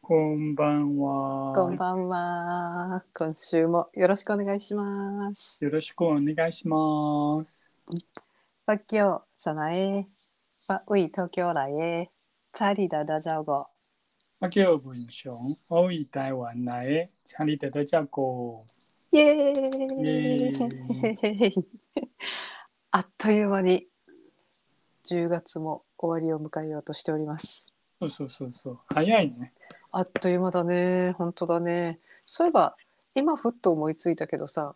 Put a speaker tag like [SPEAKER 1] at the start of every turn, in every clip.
[SPEAKER 1] こんばんは。
[SPEAKER 2] こんばんは。今週もよろしくお願いします。
[SPEAKER 1] よろしくお願いします。
[SPEAKER 2] バッキョさなえ。わうい東京来へ。チャリダダジャオゴ。
[SPEAKER 1] 今日は文章、おい台湾来、チャリテ的教こ。
[SPEAKER 2] イエ
[SPEAKER 1] イエ
[SPEAKER 2] ーイ。 あっという間に10月も終わりを迎えようとしております。
[SPEAKER 1] そうそうそうそう。早いね。
[SPEAKER 2] あっという間だね。本当だね。そういえば今ふっと思いついたけどさ、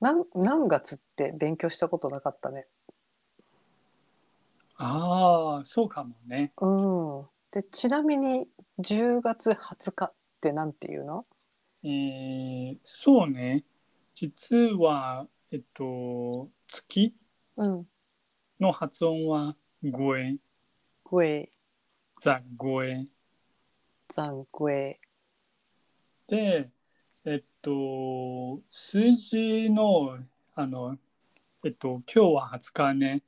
[SPEAKER 2] なん何月って勉強したことなかったね。
[SPEAKER 1] ああ、そうかもね。
[SPEAKER 2] うん。で、ちなみに10月20日ってなんていうの？
[SPEAKER 1] えー、そうね。実は、えっと、月
[SPEAKER 2] うん。
[SPEAKER 1] の発音は、ごえ、
[SPEAKER 2] グエ
[SPEAKER 1] ザごえ。
[SPEAKER 2] ザングエ。
[SPEAKER 1] で、えっと、数字の、あの、えっと、今日は20日ね。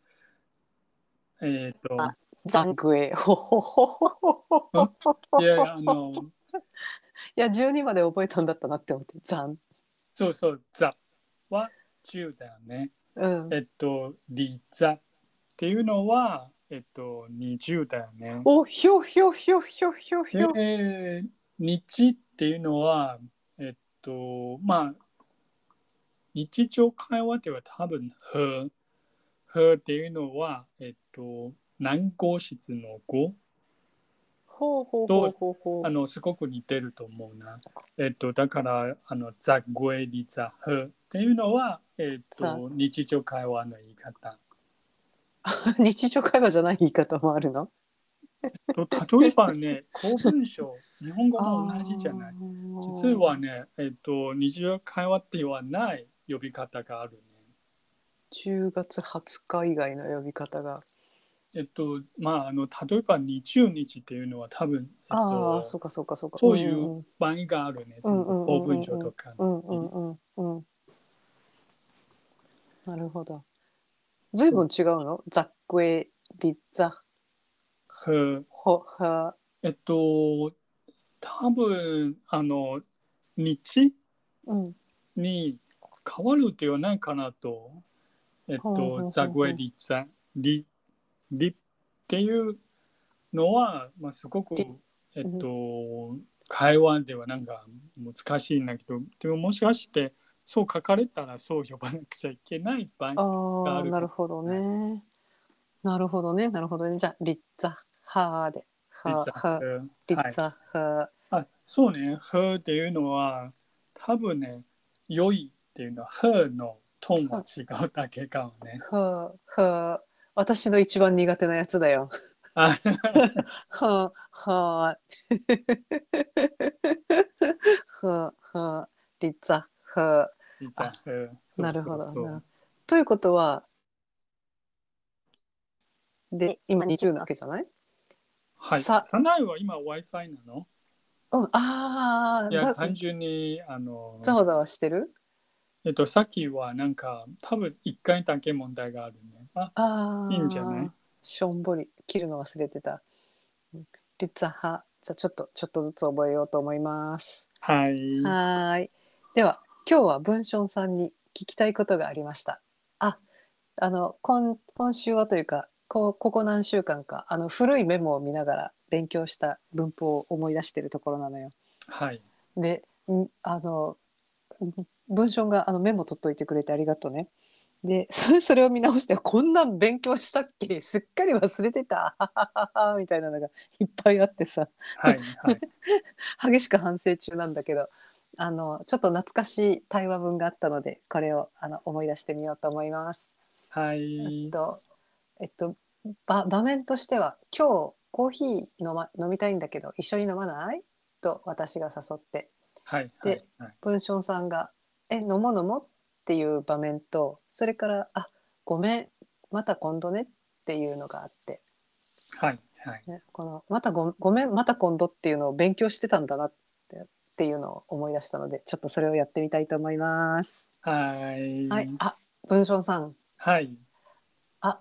[SPEAKER 1] えっと、
[SPEAKER 2] あザングエ。ほほほほほほほほ。
[SPEAKER 1] い
[SPEAKER 2] い
[SPEAKER 1] やいや、あの、
[SPEAKER 2] や12まで覚えたんだったなって思って。ザン。
[SPEAKER 1] そうそう、ザは10だよね。
[SPEAKER 2] うん。
[SPEAKER 1] えっと、リザっていうのは、えっと、20だよね。
[SPEAKER 2] おひょひょひょひょひょひょ。
[SPEAKER 1] で、日っていうのは、えっと、まあ、日常会話では多分、和、和っていうのは、えっと、南語室の語
[SPEAKER 2] ほうほうほうほうほ
[SPEAKER 1] あ
[SPEAKER 2] う。
[SPEAKER 1] の、すごく似てると思うな。えっと、だから、あの、ザ・ゴエリ・ザ・ヘっていうのは、えっ
[SPEAKER 2] ザ
[SPEAKER 1] と、日常会話の言い方。
[SPEAKER 2] 日常会話じゃない言い方もあるの？
[SPEAKER 1] と例えばね、公文章、日本語も同じじゃない。
[SPEAKER 2] あー
[SPEAKER 1] 実はね、えっと、日常会話ではない呼び方があるね。
[SPEAKER 2] 10月20日以外の呼び方が。
[SPEAKER 1] えっと、まあ、あの、例えば20日っていうのは多分、えっ
[SPEAKER 2] ああ、
[SPEAKER 1] と、
[SPEAKER 2] そうかそうかそうか。
[SPEAKER 1] そういう場合があるね、その公文章とか。
[SPEAKER 2] うんうんうんうん。なるほど。ずいぶん違うのざっくえりざ
[SPEAKER 1] ヘ
[SPEAKER 2] ほは。
[SPEAKER 1] えっと、多分あの、日
[SPEAKER 2] うん。
[SPEAKER 1] に変わるではないかなと、えっ
[SPEAKER 2] ほうほうほ
[SPEAKER 1] と、
[SPEAKER 2] う
[SPEAKER 1] ザグエリザ、リ、リっていうのは、まあ、すごく
[SPEAKER 2] リ、
[SPEAKER 1] えっと、会話ではなんか難しいんだけど、でももしかして、そう書かれたらそう呼ばなくちゃいけない場合、が
[SPEAKER 2] あ
[SPEAKER 1] あ
[SPEAKER 2] あ、
[SPEAKER 1] る
[SPEAKER 2] なるほどね。なるほどね。なるほどね。じゃあ、りざはで。
[SPEAKER 1] リ
[SPEAKER 2] は
[SPEAKER 1] ザ
[SPEAKER 2] は。
[SPEAKER 1] ヘ
[SPEAKER 2] り
[SPEAKER 1] はい。
[SPEAKER 2] ざは。
[SPEAKER 1] あ、そうね、ヘっていうのは、多分ね、良いっていうのは、ヘのトーンは違うだけかもね。
[SPEAKER 2] はは。私の一番苦手なやつだよ。
[SPEAKER 1] あ
[SPEAKER 2] はは。 はは。りざは。
[SPEAKER 1] いざ
[SPEAKER 2] あ
[SPEAKER 1] ヘ
[SPEAKER 2] なるほど。
[SPEAKER 1] そうそうそう
[SPEAKER 2] なるほどということは、で、今20なわけじゃない
[SPEAKER 1] はい。
[SPEAKER 2] さ
[SPEAKER 1] サナイは今 Wi-Fi なの
[SPEAKER 2] うん、あ
[SPEAKER 1] いや、
[SPEAKER 2] あ
[SPEAKER 1] 単、純に、あの、
[SPEAKER 2] ざわざわしてる
[SPEAKER 1] えっと、さっきはなんか、多分一回だけ問題があるね。あ、
[SPEAKER 2] ああ、
[SPEAKER 1] いいんじゃない
[SPEAKER 2] しょんぼり、切るの忘れてた。うんリッツァ派。じゃあちょっと、ちょっとずつ覚えようと思います。
[SPEAKER 1] はい。
[SPEAKER 2] はーい。では、今日は文春さんに聞きたいことがありました。あ、あの、今、今週はというか、こうここ何週間か、あの、古いメモを見ながら勉強した文法を思い出してるところなのよ。
[SPEAKER 1] はい。
[SPEAKER 2] で、んあの、ん文章があのメモ取っといてくれてありがとうね。で、 それそれを見直して、こんなん勉強したっけ すっかり忘れてた、ははははみたいなのがいっぱいあってさ、
[SPEAKER 1] はい。はい。
[SPEAKER 2] 激しく反省中なんだけど、あの、ちょっと懐かしい対話文があったので、これをあの思い出してみようと思います。
[SPEAKER 1] は
[SPEAKER 2] えっ
[SPEAKER 1] い。
[SPEAKER 2] と、えっと、ば場面としては「今日コーヒー飲,、ま、飲みたいんだけど一緒に飲まない?」と私が誘って
[SPEAKER 1] はい。は
[SPEAKER 2] で
[SPEAKER 1] い。はい
[SPEAKER 2] 文章さんが「え飲もう飲もう」っていう場面とそれから「あごめんまた今度ね」っていうのがあって、
[SPEAKER 1] はい。はい。
[SPEAKER 2] ね、この「またごごめんまた今度」っていうのを勉強してたんだなってっていうのを思い出したのでちょっとそれをやってみたいと思います。
[SPEAKER 1] はい。
[SPEAKER 2] はい、あ文章さん
[SPEAKER 1] はい。
[SPEAKER 2] あ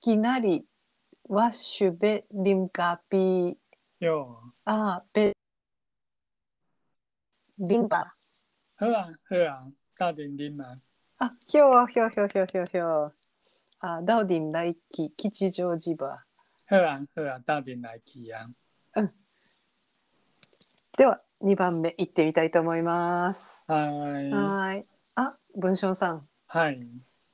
[SPEAKER 2] きなりわっしゅべりんかぴー
[SPEAKER 1] よ
[SPEAKER 2] あべリンバ。
[SPEAKER 1] 荷兰荷兰大点林满
[SPEAKER 2] あ、ひょうひょうひょうひょうひょうひょう。あ、ダオディン来期吉祥寺バ
[SPEAKER 1] 荷兰荷兰大点来吉阳
[SPEAKER 2] ー。では、二番目行ってみたいと思います。
[SPEAKER 1] は
[SPEAKER 2] はーい。あ、文章さん。
[SPEAKER 1] いはい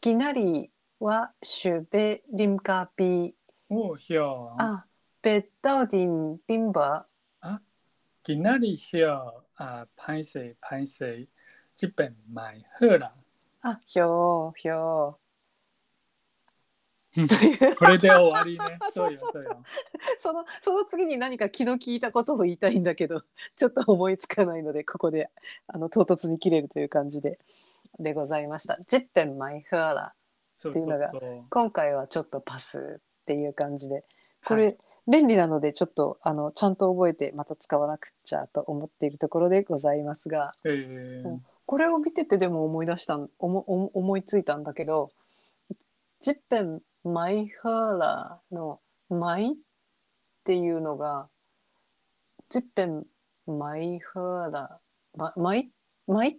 [SPEAKER 2] きなりはシュベリンカピー。
[SPEAKER 1] おひょう
[SPEAKER 2] あ、ベダオディンリンバ
[SPEAKER 1] きなりひょうあ拍谁拍谁基本买荷兰
[SPEAKER 2] ー。あ、ひょうひょ
[SPEAKER 1] うん
[SPEAKER 2] う。という
[SPEAKER 1] これで終わりね
[SPEAKER 2] そ
[SPEAKER 1] そうう
[SPEAKER 2] そ
[SPEAKER 1] よ
[SPEAKER 2] うそ
[SPEAKER 1] そううよ
[SPEAKER 2] そのその次に何か気の利いたことを言いたいんだけど ちょっと思いつかないのでここであの唐突に切れるという感じででございました。10編マイフアラ
[SPEAKER 1] そうそう
[SPEAKER 2] って
[SPEAKER 1] そう
[SPEAKER 2] 今回はちょっとパスっていう感じでこれ、便利なのでちょっとあのちゃんと覚えてまた使わなくちゃと思っているところでございますが
[SPEAKER 1] えー
[SPEAKER 2] うんこれを見ててでも思い出したん思思思いついたんだけど「ジッペンマイハーラー」の「マイ」っていうのが「ジッペンマイハーラー」ま「マイ」マイ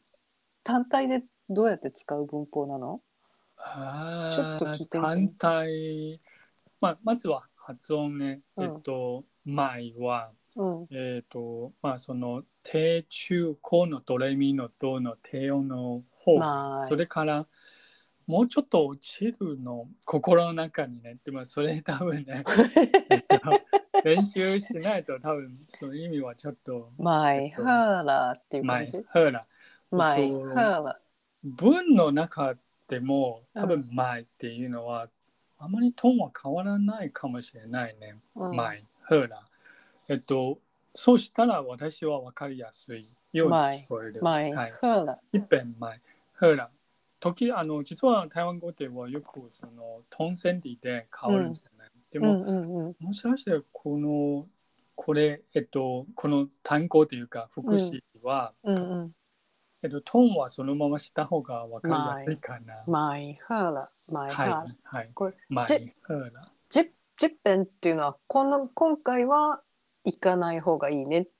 [SPEAKER 2] 単体でどうやって使う文法なの
[SPEAKER 1] あ
[SPEAKER 2] ちょっと聞いて
[SPEAKER 1] ー
[SPEAKER 2] み
[SPEAKER 1] 単
[SPEAKER 2] て
[SPEAKER 1] 体、まあ、まずは発音ね、
[SPEAKER 2] うん
[SPEAKER 1] えっと「前」は、
[SPEAKER 2] うん
[SPEAKER 1] えっとまあ、その「低中高のドレミのドの低音の方、
[SPEAKER 2] ま
[SPEAKER 1] それからもうちょっと落ちるの心の中にねでもそれ多分 ねえっと練習しないと多分その意味はちょっと
[SPEAKER 2] あ、マイハーラーってい
[SPEAKER 1] 「
[SPEAKER 2] う感
[SPEAKER 1] 前
[SPEAKER 2] じ」
[SPEAKER 1] ほら
[SPEAKER 2] マイ
[SPEAKER 1] えっと
[SPEAKER 2] ハーラ
[SPEAKER 1] 文の中でも
[SPEAKER 2] うん
[SPEAKER 1] 多分「前」っていうのは、あまりトーンは変わらないかもしれないね
[SPEAKER 2] ー。
[SPEAKER 1] 「
[SPEAKER 2] うん
[SPEAKER 1] 前」ほらえっとそうしたら私は分かりやすいように聞こえる。
[SPEAKER 2] マイ
[SPEAKER 1] はい
[SPEAKER 2] ハーラ
[SPEAKER 1] 一遍前ほら時あの実は台湾語ではよくそのトンセンディで変わるんじゃない、で
[SPEAKER 2] ー。う
[SPEAKER 1] も、
[SPEAKER 2] んうんうん。
[SPEAKER 1] もしかしたらこのこれえっとこの単語というか副詞は、
[SPEAKER 2] うんうん。
[SPEAKER 1] えっと、トーンはそのまました方が分かりやすいかな。
[SPEAKER 2] マイハーラー。マイハーラー
[SPEAKER 1] は。い、はい。
[SPEAKER 2] これ
[SPEAKER 1] まあ
[SPEAKER 2] じ、
[SPEAKER 1] ほら。
[SPEAKER 2] ジッジッペンっていうのはこの今回は行かない方がいいねって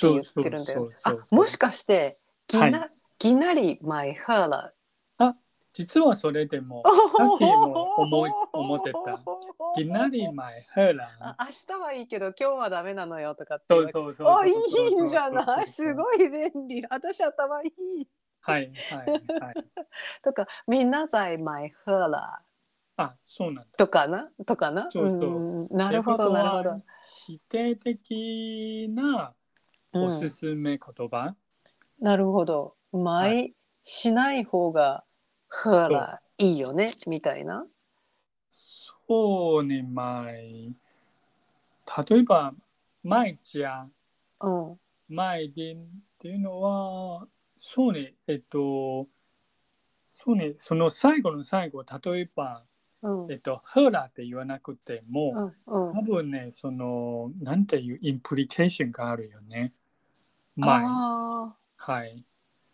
[SPEAKER 2] 言ってるんだよね。あもし
[SPEAKER 1] か
[SPEAKER 2] かしてぎな、ぎなりマイハーラ
[SPEAKER 1] 実はそれでも、
[SPEAKER 2] ー。
[SPEAKER 1] さっきも思い思ってた。きなり前、ほ
[SPEAKER 2] あ
[SPEAKER 1] ら。
[SPEAKER 2] 明日はいいけど今日はダメなのよとかってい
[SPEAKER 1] そううそうそう。
[SPEAKER 2] あいいんじゃないす
[SPEAKER 1] い。
[SPEAKER 2] ごい便利私頭いい
[SPEAKER 1] はい、はい、はい。
[SPEAKER 2] とかみんな在マイハーラ
[SPEAKER 1] あ、そうなんだ。
[SPEAKER 2] ーとかなとかな
[SPEAKER 1] そうそうん
[SPEAKER 2] なるほどなるほ
[SPEAKER 1] ってことは
[SPEAKER 2] ど、
[SPEAKER 1] 否定的な
[SPEAKER 2] うん
[SPEAKER 1] おすすめ言葉。
[SPEAKER 2] なるほど。
[SPEAKER 1] い
[SPEAKER 2] 前しない方が、ほら、いいよね、みたいな。
[SPEAKER 1] そうね、前。例えば、前家、
[SPEAKER 2] うん。
[SPEAKER 1] 前でっていうのは、そうね、えっと、そうね、その最後の最後、例えば、
[SPEAKER 2] うん。う
[SPEAKER 1] え
[SPEAKER 2] ん
[SPEAKER 1] っと、ほらって言わなくても、。
[SPEAKER 2] うん
[SPEAKER 1] 多分ね、その、なんていう、インプリケーションがあるよね。前。
[SPEAKER 2] ああ。
[SPEAKER 1] はい。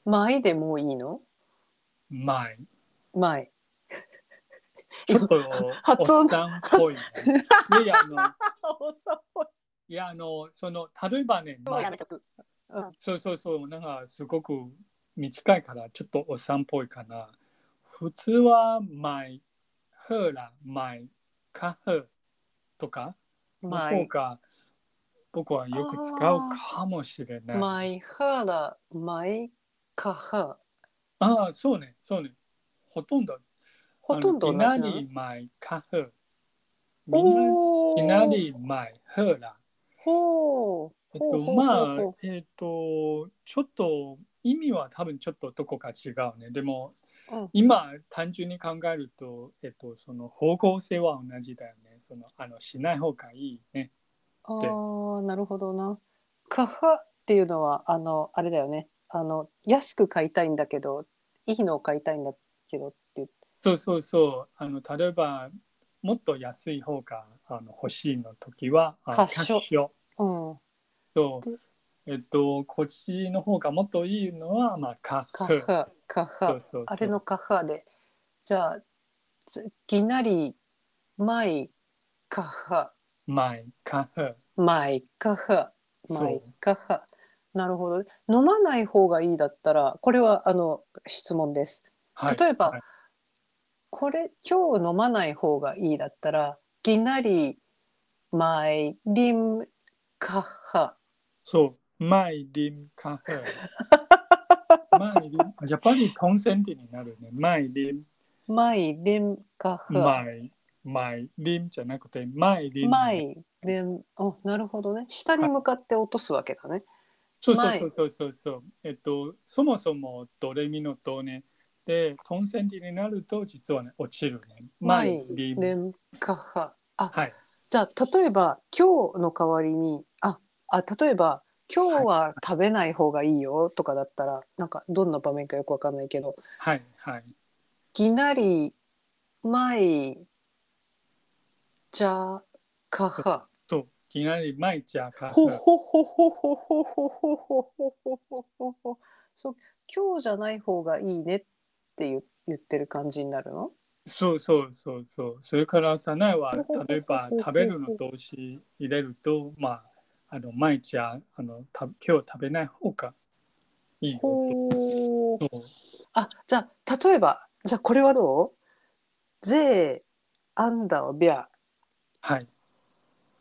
[SPEAKER 2] 前でもういいの
[SPEAKER 1] 前。
[SPEAKER 2] 前。
[SPEAKER 1] ちょっと
[SPEAKER 2] 発音
[SPEAKER 1] おっさんっぽい、ね。いやいや、あの、
[SPEAKER 2] あ、おさぽい。
[SPEAKER 1] いや、あの、その、例えばね、まあそうそうそう、なんかすごく短いから、ちょっとおっさんっぽいかな。普通は、前、ほら、前、かほとか、の方
[SPEAKER 2] 前。
[SPEAKER 1] が、僕はよく使うかもしれない。
[SPEAKER 2] 前、ほら、前、かは。
[SPEAKER 1] ああ、そうね、そうね。ほとんど、
[SPEAKER 2] ほとんど同じな
[SPEAKER 1] あのいな
[SPEAKER 2] の
[SPEAKER 1] り、。前、かほ。みんな
[SPEAKER 2] お
[SPEAKER 1] い
[SPEAKER 2] ー
[SPEAKER 1] な。り前、ほら。
[SPEAKER 2] ほう。
[SPEAKER 1] えっ
[SPEAKER 2] ほ
[SPEAKER 1] と、
[SPEAKER 2] うほう
[SPEAKER 1] まあ
[SPEAKER 2] ほうほう、
[SPEAKER 1] えっと、ちょっと意味は多分ちょっとどこか違うね。でも、
[SPEAKER 2] うん
[SPEAKER 1] 今、単純に考えると、えっと、その方向性は同じだよね。その、あの、しない方がいいね。
[SPEAKER 2] あ
[SPEAKER 1] て
[SPEAKER 2] あ、なるほどな。カハっていうのは、あの、あれだよね。あの、安く買いたいんだけど、いいのを買いたいんだけどっていう。
[SPEAKER 1] そうそうそう。あの、例えば、もっと安い方があの欲しいの時は、あ
[SPEAKER 2] カッショ
[SPEAKER 1] カッショ
[SPEAKER 2] うん。
[SPEAKER 1] とえ
[SPEAKER 2] で、
[SPEAKER 1] っと、こっちの方がもっといいのは、まあ、カ
[SPEAKER 2] カ
[SPEAKER 1] フ。
[SPEAKER 2] ハ、カ
[SPEAKER 1] そうそう
[SPEAKER 2] ハ。
[SPEAKER 1] そう
[SPEAKER 2] あれのカハで。じゃあ、つぎなり、マイ、カハ、
[SPEAKER 1] 前、カフ。
[SPEAKER 2] マイ、カハ、マ
[SPEAKER 1] そ
[SPEAKER 2] イ
[SPEAKER 1] う、
[SPEAKER 2] カハ。なるほど。飲まない方がいいだったら、これはあの質問です。
[SPEAKER 1] はい、
[SPEAKER 2] 例えば
[SPEAKER 1] はい
[SPEAKER 2] これ今日飲まない方がいいだったら、ぎなりマイリムカハ。
[SPEAKER 1] そう、マイリンカフ ェ。マイリン、やっぱりコンセンテになるね。マイリン、
[SPEAKER 2] マイリムカハ。
[SPEAKER 1] マイ、マイリンじゃなくて、マイリン。
[SPEAKER 2] マイリム。あ、なるほどね。下に向かって落とすわけだね。
[SPEAKER 1] そうそうそうそうそう。えっと、そもそもドレミのドね。で、コンセンテになると、実はね、落ちるね。マイリン。
[SPEAKER 2] ムカハ。あ、
[SPEAKER 1] はい。
[SPEAKER 2] じゃあ例えば今日の代わりに、あ、あ例えば今日は食べない方がいいよとかだったら、なんかどんな場面かよくわかんないけど、
[SPEAKER 1] はい。はい。
[SPEAKER 2] ぎなりまいじゃかは
[SPEAKER 1] と、いきなりマイじゃカフ
[SPEAKER 2] ほ
[SPEAKER 1] ェ。
[SPEAKER 2] ほほほほほほほほほほほほそう今日じゃない方がいいねって言言ってる感じになるの
[SPEAKER 1] そうそうそうそう。それからサナエは
[SPEAKER 2] ほほほ
[SPEAKER 1] 例えば食べるの動詞入れると、まあ、あの毎日ああのた今日食べない方がいいよと。
[SPEAKER 2] ほう
[SPEAKER 1] そう
[SPEAKER 2] あじゃあ例えばじゃあこれはどうぜあんだをびゃ
[SPEAKER 1] はい。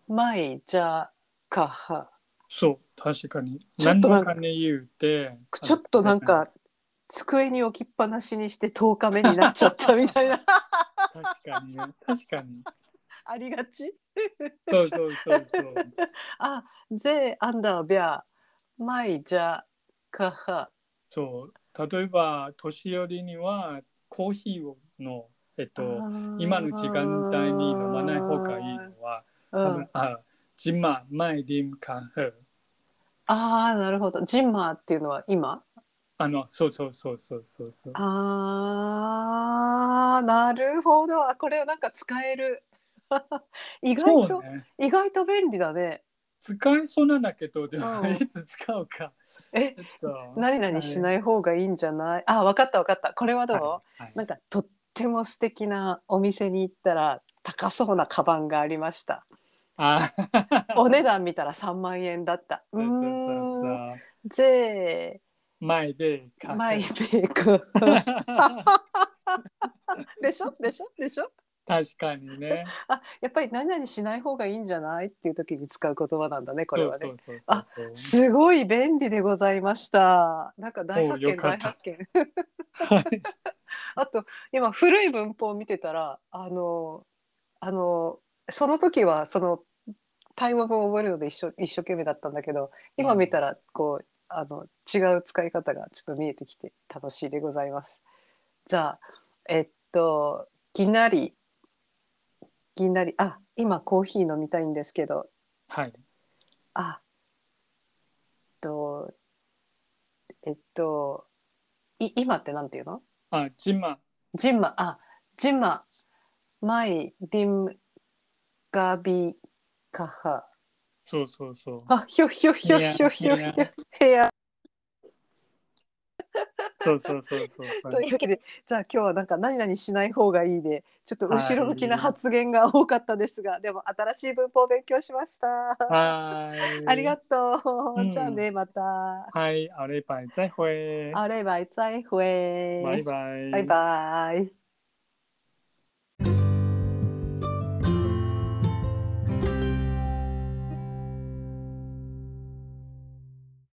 [SPEAKER 2] まいじゃかは
[SPEAKER 1] そう、確かに。
[SPEAKER 2] ちょ
[SPEAKER 1] 何
[SPEAKER 2] っとなん
[SPEAKER 1] 度
[SPEAKER 2] か
[SPEAKER 1] かね言うて。
[SPEAKER 2] ちょっとなんか机に置きっぱなしにして10日目になっちゃったみたいな
[SPEAKER 1] あの。確かにね、確かに。
[SPEAKER 2] ありがち
[SPEAKER 1] そうそうそうそう。
[SPEAKER 2] あ、ぜ、アンダービャ、マイジャ、カハ。
[SPEAKER 1] そう、例えば年寄りにはコーヒーをの、えっと、今の時間帯に飲まない方がいいのは、
[SPEAKER 2] う
[SPEAKER 1] 多
[SPEAKER 2] ん
[SPEAKER 1] 分、あ、今、前リンカンヘ
[SPEAKER 2] あー、なるほど。ジンマーっていうのは今。
[SPEAKER 1] あの、そうそうそうそうそうそう。
[SPEAKER 2] あー、なるほど。あこれはなんか使える。 意外
[SPEAKER 1] そ
[SPEAKER 2] と、
[SPEAKER 1] うね。
[SPEAKER 2] 意外と便利だね。
[SPEAKER 1] 使えそうなんだけど、で
[SPEAKER 2] う
[SPEAKER 1] も、
[SPEAKER 2] ん
[SPEAKER 1] いつ使うか。
[SPEAKER 2] え
[SPEAKER 1] ちょっと
[SPEAKER 2] 何々しない方がいいんじゃない。あ、わかったわかった。これはどう？
[SPEAKER 1] はいはい
[SPEAKER 2] なんかとっても素敵なお店に行ったら高そうなカバンがありました。
[SPEAKER 1] あ
[SPEAKER 2] お値段見たら3万円だった。う
[SPEAKER 1] そうそうそう
[SPEAKER 2] ーん。
[SPEAKER 1] そう。
[SPEAKER 2] ぜ
[SPEAKER 1] 前でカ
[SPEAKER 2] ー
[SPEAKER 1] ン
[SPEAKER 2] マイ
[SPEAKER 1] ヘ
[SPEAKER 2] ベーク。でしょでしょでしょ
[SPEAKER 1] 確かにね。
[SPEAKER 2] あやっぱり何々しない方がいいんじゃないっていう時に使う言葉なんだねこれはね。
[SPEAKER 1] そうそうそう
[SPEAKER 2] あ
[SPEAKER 1] そうそう。
[SPEAKER 2] すごい便利でございました。なんか大
[SPEAKER 1] お
[SPEAKER 2] 発
[SPEAKER 1] うよ
[SPEAKER 2] 見
[SPEAKER 1] かっ
[SPEAKER 2] 大
[SPEAKER 1] た
[SPEAKER 2] 発見。
[SPEAKER 1] はい
[SPEAKER 2] あと今古い文法を見てたらあのあのその時はその対話文を覚えるので一生一生懸命だったんだけど今見たらこうあの違う使い方がちょっと見えてきて楽しいでございます。じゃあえっとぎなりぎなりあ今コーヒー飲みたいんですけど
[SPEAKER 1] はい。
[SPEAKER 2] あえっとえっとい今ってなんていうの
[SPEAKER 1] あ、ジマ、
[SPEAKER 2] ジンマ、あ、ジンマ、マイ、リム、ガビ、カハ。
[SPEAKER 1] そうそうそう。
[SPEAKER 2] あ、ひょひょひょひょひょひょ。ヘア。
[SPEAKER 1] そうそうそうそう。
[SPEAKER 2] というわけで、じゃあ今日はなんか何々しない方がいいで、ちょっと後ろ向きな発言が多かったですが、でも新しい文法を勉強しました。
[SPEAKER 1] はい。
[SPEAKER 2] ありがと
[SPEAKER 1] う
[SPEAKER 2] う。
[SPEAKER 1] ん
[SPEAKER 2] じゃあね、また。
[SPEAKER 1] はい、あれば、再会。
[SPEAKER 2] あればい再会。
[SPEAKER 1] 拜拜，
[SPEAKER 2] バイ。バイ。